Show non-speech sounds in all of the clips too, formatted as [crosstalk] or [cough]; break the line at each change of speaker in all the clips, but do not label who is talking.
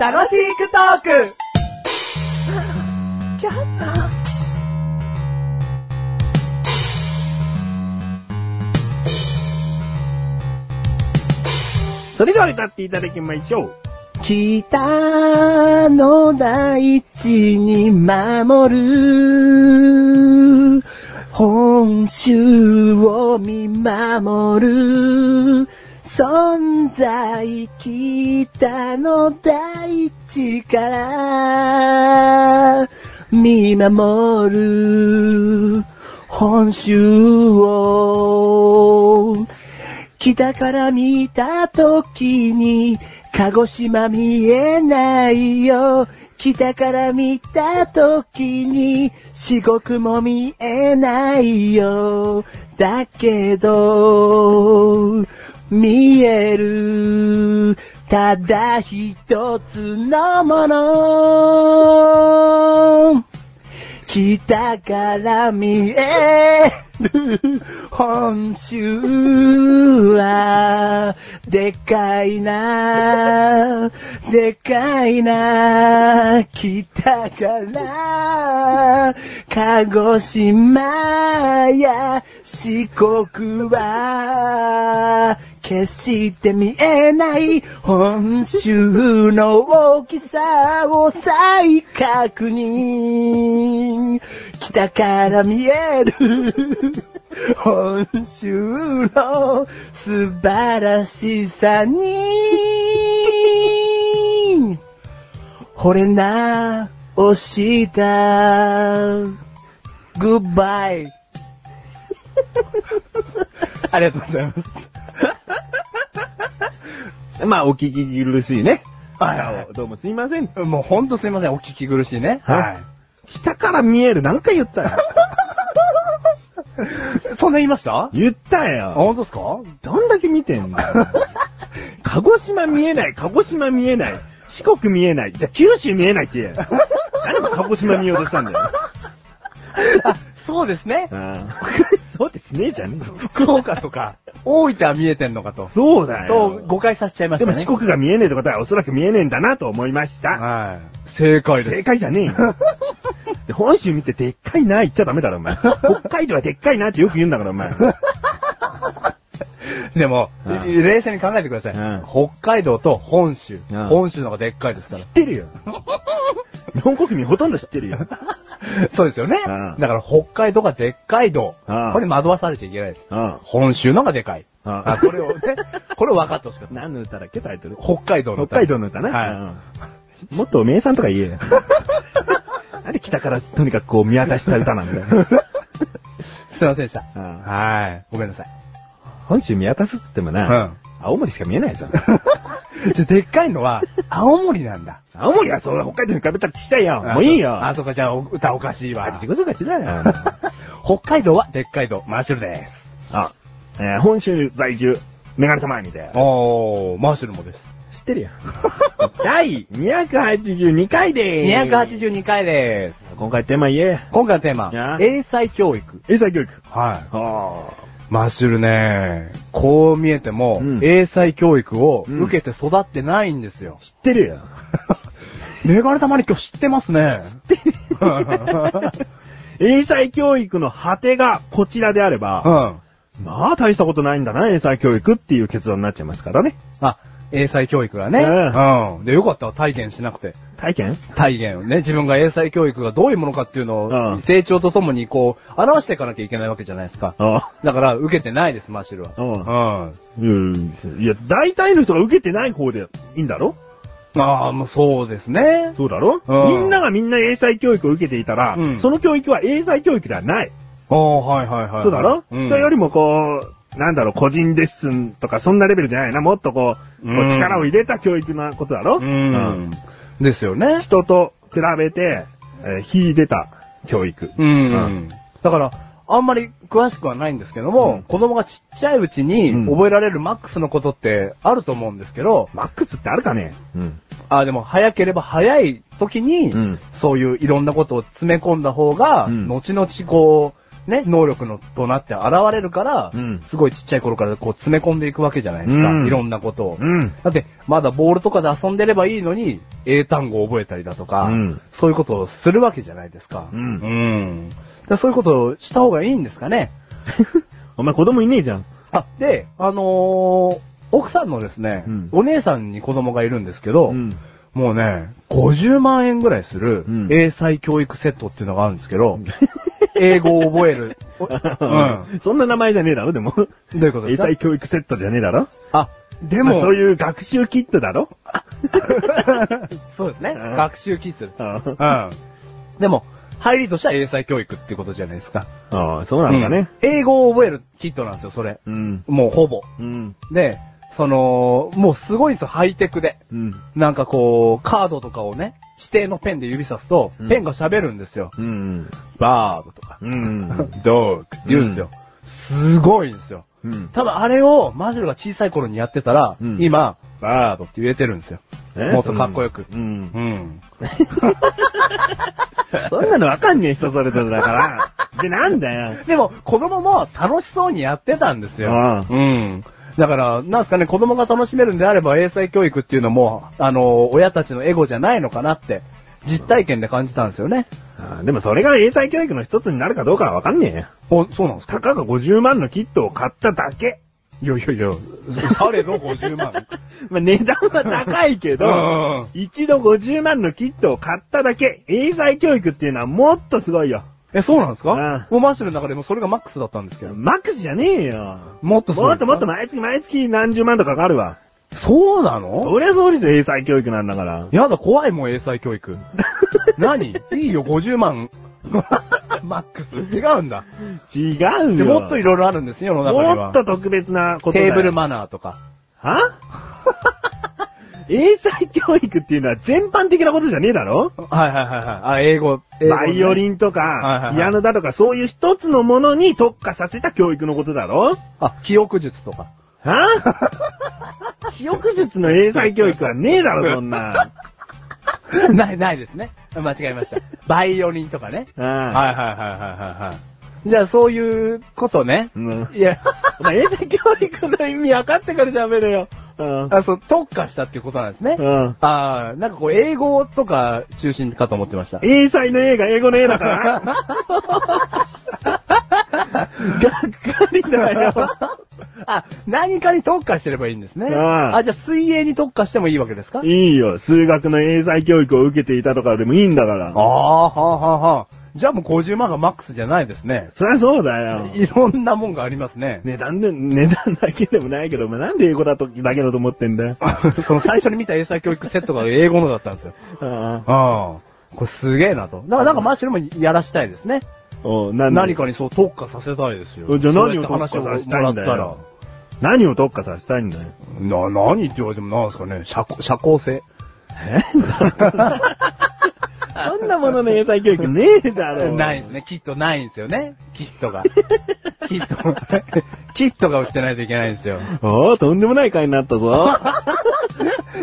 楽しくトーク
それでは歌っていただきましょう。
北の大地に守る。本州を見守る。存在北の大地から見守る。本州を北から見た時に、鹿児島見えないよ。北から見た時に、四国も見えないよ。だけど、見える。ただ一つのもの。北から見える本州は、でかいな、でかいな、北から、鹿児島や四国は、決して見えない本州の大きさを再確認。北から見
[laughs]
える本州の素晴らしさに、惚れな押した。Goodbye.
[laughs] ありがとうございます。まあ、お聞き苦しいね。
はいはい
あのどうもすいません。
もうほんとすいません、お聞き苦しいね。
はい。下から見える。何回言ったよ。
そんな言いました
言った
あ、
よ。
本当ですか
どんだけ見てんの鹿児島見えない、鹿児島見えない、四国見えない、じゃあ九州見えないって言えよ。何も鹿児島見ようとした [laughs] んだよ。
あ、そうですね。
あーそうですね、じゃねえよ
福岡とか、大分は見えてんのかと。
そうだよ。
そう、誤解させちゃいまし
で
た
も
ね。
四国が見えねえってことはおそらく見えねえんだなと思いました。
はい。正解です。
正解じゃねえ
[laughs]
よ。で本州見てでっかいな言っちゃダメだろ、お前。北海道はでっかいなってよく言うんだから、お前。
でも、
うん
い冷静に考えてください。
うん
北海道と本州、
うん
本州の方がでっかいですか
知ってるよ。日本国民ほとんど知ってるよ。
ら。そうですよね。
うん
だから北海道がでっかい道。
うん
これ惑わされちゃいけないです。
あ
本州の方がでかい。
あ
あこれをね、これを分かってほしかった。
何の歌だっけ、タイトル。
北海道の
北
歌。
海道の歌な。
は
うんもっとお名産とか
[laughs]
言えよ。なんで北からとにかくこう見渡した歌なんだ
[laughs]
よ。
すいませんでした。
うん
はい。ごめんなさい。
本州見渡すっつってもな、青森しか見えない
[laughs]
じゃん。
じゃでっかいのは、青森なんだ。
青森はそんな北海道に比べたらちっちゃいよ。もういいよ。
あ、そうか、じゃあ、お歌おかしい
あ
わ
自。己紹介してたよ。
[laughs] 北海道はでっかい道、マッシュルです。
あ、えー本州在住、メガネたまにで。
おー、マッシュルもです。
知ってるよ。 [laughs] 第282回でーす。
282回です。
今回テーマ言え。
今回のテーマ
や、
英才教育。
英才教育。
はい。
あ
マッシュルね、こう見えても、
うん
英才教育を
うん
受けて育ってないんですよ
あ。知ってるよ。
メガネたまに今日知ってますね。知ってる
英才教育の果てがこちらであれ
う
ば、
ん。
まあ大したことないんだな、英才教育っていう結論になっちゃいますからね。
あ、英才教育がね。
うん
うん。で、よかったわ、体現しなくて。
体験
体現をね、自分が英才教育がどういうものかっていうの
う
を、
ん
成長とともにこう、表していかなきゃいけないわけじゃないですか。
ああ。
だから、受けてないです、マッシュルは。うん。
うん。いや、大体の人が受けてない方でいいんだろ
ああ、もうそうですね。
そうだろ
うん
みんながみんな英才教育を受けていたら、
うん
その教育は英才教育ではない。
ああ、はいはいはい。
そうだろ、
ん
人よりもこう、なんだろう、個人レッスンとかそんなレベルじゃないな。もっとこう、
うん
こう力を入れた教育なことだろ、
うん。ですよね。
人と比べて、えー秀でた教育。
うん。だから、あんまり詳しくはないんですけど
う
も、
ん
子供がちっちゃいうち
う
に
ん
覚えられるマックスのことってあると思うんですけど、
マックスってあるかねうん。
ああ、でも早ければ早い時に、
うん
そういういろんなことを詰め込んだ方が、
うん
後々こう、ね、能力のとなって現れるから、
うん
すごいちっちゃい頃からこう詰め込んでいくわけじゃないですか。
うん
いろんなことを。
うん。
だって、まだボールとかで遊んでればいいのに、英単語を覚えたりだとか、
うん
そういうことをするわけじゃないですか。
うん
うんだからそういうことをした方がいいんですかね。
お前子供いねえじゃん。
あ、で、あのー奥さんのですね、
うん
お姉さんに子供がいるんですけど、
うん。
もうね、50万円ぐらいする
うん、
英才教育セットっていうのがあるんですけど、英語を覚える。おうん。
そんな名前じゃねえだろ、でも。
どういうことで
英
すか
才教育セットじゃねえだろ。
あ、で
で
も、
も、そういう学習キットだろ。
そうですね。
うん
学習キッズです。
あ
うん。でも、入りとしては英才教育ってことじゃないですか。
あ、そうなんだね。
うん英語を覚えるキットなんですよ、それ。
うん。
もうほぼ。
うん。
で、その、もうすごいんですよ、ハイテクで。
うん。
なんかこう、カードとかをね、指定のペンで指さすと、
うん
ペンが喋るんですよ。
うん。
バーブとか、
うん。
ドーグって言うんですよ。すごいんですよ。
[laughs] うん。
多分あれをマジュルが小さい頃にやってたら、
うん
今、バードって言えてるんですよ。もっとかっこよく。
うん
う。ん。
そんなのわかんねえ人それぞれだから。 [laughs] で、なんだよ。
でも、子供も楽しそうにやってたんですよ。
ああ
うん。だから、なんすかね、子供が楽しめるんであれば、英才教育っていうのも、あの、親たちのエゴじゃないのかなって、実体験で感じたんですよね。
あでもそれが英才教育の一つになるかどうかはわかんねえよ。
お、そうなんです
たかが50万のキットを買っただけ。
いやいやいや、されど50万。 [laughs]
まあ、値段は高いけど、
うん
一度50万のキットを買っただけ、英才教育っていうのはもっとすごいよ。
え、そうなんですか
うん
もうマッシュルの中でもそれがマックスだったんですけど。
マックスじゃねえよ。
もっと
もっともっと
な。
毎月毎月何十万とかかかるわ。
そうなの
そりゃそうですよ、英才教育なんだから。
やだ、怖いもん、英才
[laughs]
教育。何いいよ、50万。マックス違うんだ。
違う
で
よ。
もっといろいろあるんですよ、世の中には。
もっと特別なことだ
テ
よ
ーブルマナーとか。
は英才教育っていうのは全般的なことじゃねえだろ
はいはいはいはい。あ、英語。英語
バ
ね
イオリンと
はいはい
か
は、い
ピアノだとか、そういう一つのものに特化させた教育のことだろ
あ、記憶術とか。 [laughs]
は記憶術の英才教育はねえだろ、そん
[laughs]
な。
ない、ないですね。間違えました。バイオリンとかね。
は
はいはいはいはいはい。じゃあ、そういうことね。
い。うん。
いや、 [laughs]
お前、英才教育の意味分かってから喋れよ。うん。
あ、そう、特化したっていうことなんですね。
うん。
ああ、なんかこう、英語とか中心かと思ってました。
英才の英が英語の英だから。がっかりだよ。
[laughs] あ、何かに特化してればいいんですね。
うん
あ、じゃあ、水泳に特化してもいいわけですか
いいよ。数学の英才教育を受けていたとかでもいいんだから
あ。あ、はあはあはあ。じゃあもう50万がマックスじゃないですね。
そりゃそうだよ。
いろんなもんがありますね。 [laughs]
値段で、値段だけでもないけど、お前なんで英語だと、だけだと思ってんだよ。
その最初に見た英才教育セットが英語のだったんですよ。
ああ
ああ。これすげえなと。だからなんかマッシュルもやらしたいですね。
おうな
何かにそう特化させたいですよ。
じゃあ
そう
何
や
を
って
特化
話
さ
をもらっ
せたいん
た
だ
ら
よ。。何を特化させたいんだよ。
な、何って言われてもなんですかね。社交、社交性。
えそんなものの英才教育ねえだろ。
ないです。ね。キットないんですよね。キットが。 [laughs] キット、キットが売ってないといけないんですよ。
おお、とんでもない回になったぞ。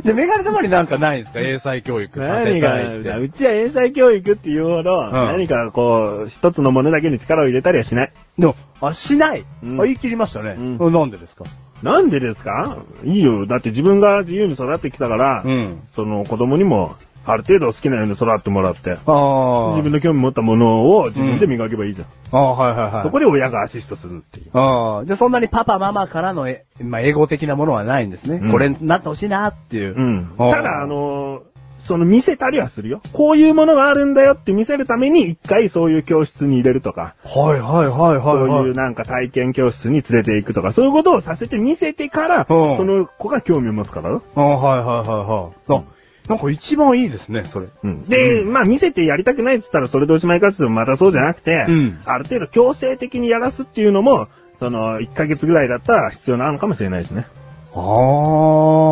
[laughs] じゃあメガネたまりなんかないんですか英才教育さ
何
せた
が、
いっ
う
て。
ちは英才教育っていうほど、何かこう、一つのものだけに力を入れたりはしない。
でも、あ、しない。
うん
あ、言い切りましたね。
うん
うんなんでですか
なんでですかいいよ。だって自分が自由に育ってきたから、
ん。
その子供にも、ある程度好きなように育ってもらって、
ああ。
自分の興味持ったものを自分で磨けばいいじゃん。
ああ、はいはいはい。
そこで親がアシストするっていう。
ああ、じゃあそんなにパパママからのえ、まあ、英語的なものはないんですね。
うん
これになってほしいなっていう。
うん。
あー
ただ、あのーその見せたりはするよ。こういうものがあるんだよって見せるために一回そういう教室に入れるとか、
はいはいはいは
そういうなんか体験教室に連れて行くとか、そういうことをさせて見せてから、
うん
その子が興味を持つからだ
ああ、はいはいはいはい。あ、なんか一番いいですね、それ。
うん。で、まあ見せてやりたくないっつったらそれでおしまいかっつってもまたそうじゃなくて、
うん
ある程度強制的にやらすっていうのも、その1ヶ月ぐらいだったら必要なのかもしれないですね。
あ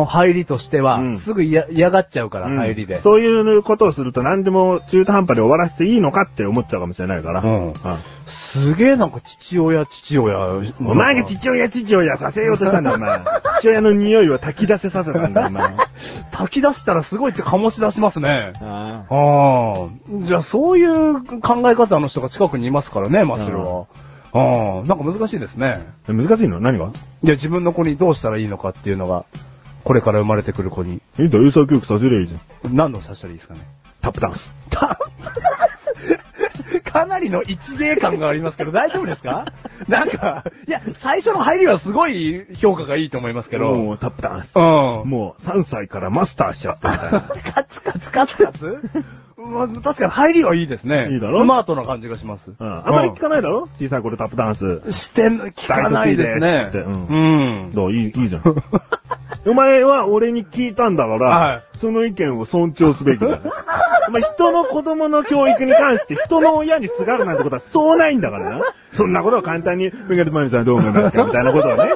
あ、入りとしては、
うん
すぐ嫌嫌がっちゃうから、入り
うん
で。
そういうことをすると何でも中途半端で終わらせていいのかって思っちゃうかもしれないから。
うんすげえなんか父親、父親。
お前が父親父親させようとしたんだ、お
[laughs]
前。父親の匂いを炊き出せさせたんだ、お前。
炊き出したらすごいって醸し出しますね。ああ。じゃあそういう考え方の人が近くにいますからね、マシュルは。ああ、なんか難しいですね。
え難しいの何が
いや、自分の子にどうしたらいいのかっていうのが、これから生まれてくる子に、
え、英才教育させりゃいいじゃん。
何度刺したらいいですかね。
タップダンス。
[laughs] かなりの一芸感がありますけど、大丈夫ですかなんか、いや、最初の入りはすごい評価がいいと思いますけど、うん。
もうタップダンス。
カ
もう3歳からマスターしちゃったみたいな。
ツカツカツカツ、まあ、確かに入りはいいですね。
いいだろ
スマートな感じがします。
うん。あまり聞かないだろ小さい頃タップダンス。
してん、聞かないで
大
すね
好き。でってう
うん。
どういい、いいじゃん。 [laughs] お前は俺に聞いたんだから、
はい
その意見を尊重すべきだ。お前人の子供の教育に関して人の親にすがるなんてことはそうないんだからな。そんなことを簡単に、メガネマニさんどう思いますかみたいなことをね、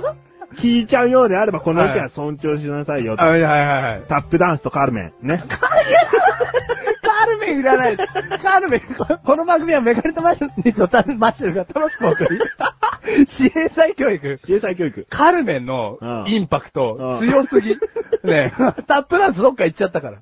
聞いちゃうようであればこの意見は尊重しなさいよと。
はいはいはいはい。
タップダンスとカルメン、ね。
カルメンいらないです。カルメン、ここの番組はメガネとマッシュルとたマッシュルが楽しく [laughs] 送り、支援祭教育。
英才教育。
カルメンのインパクト強すぎ。ねえタップダンスどっか行っちゃったから。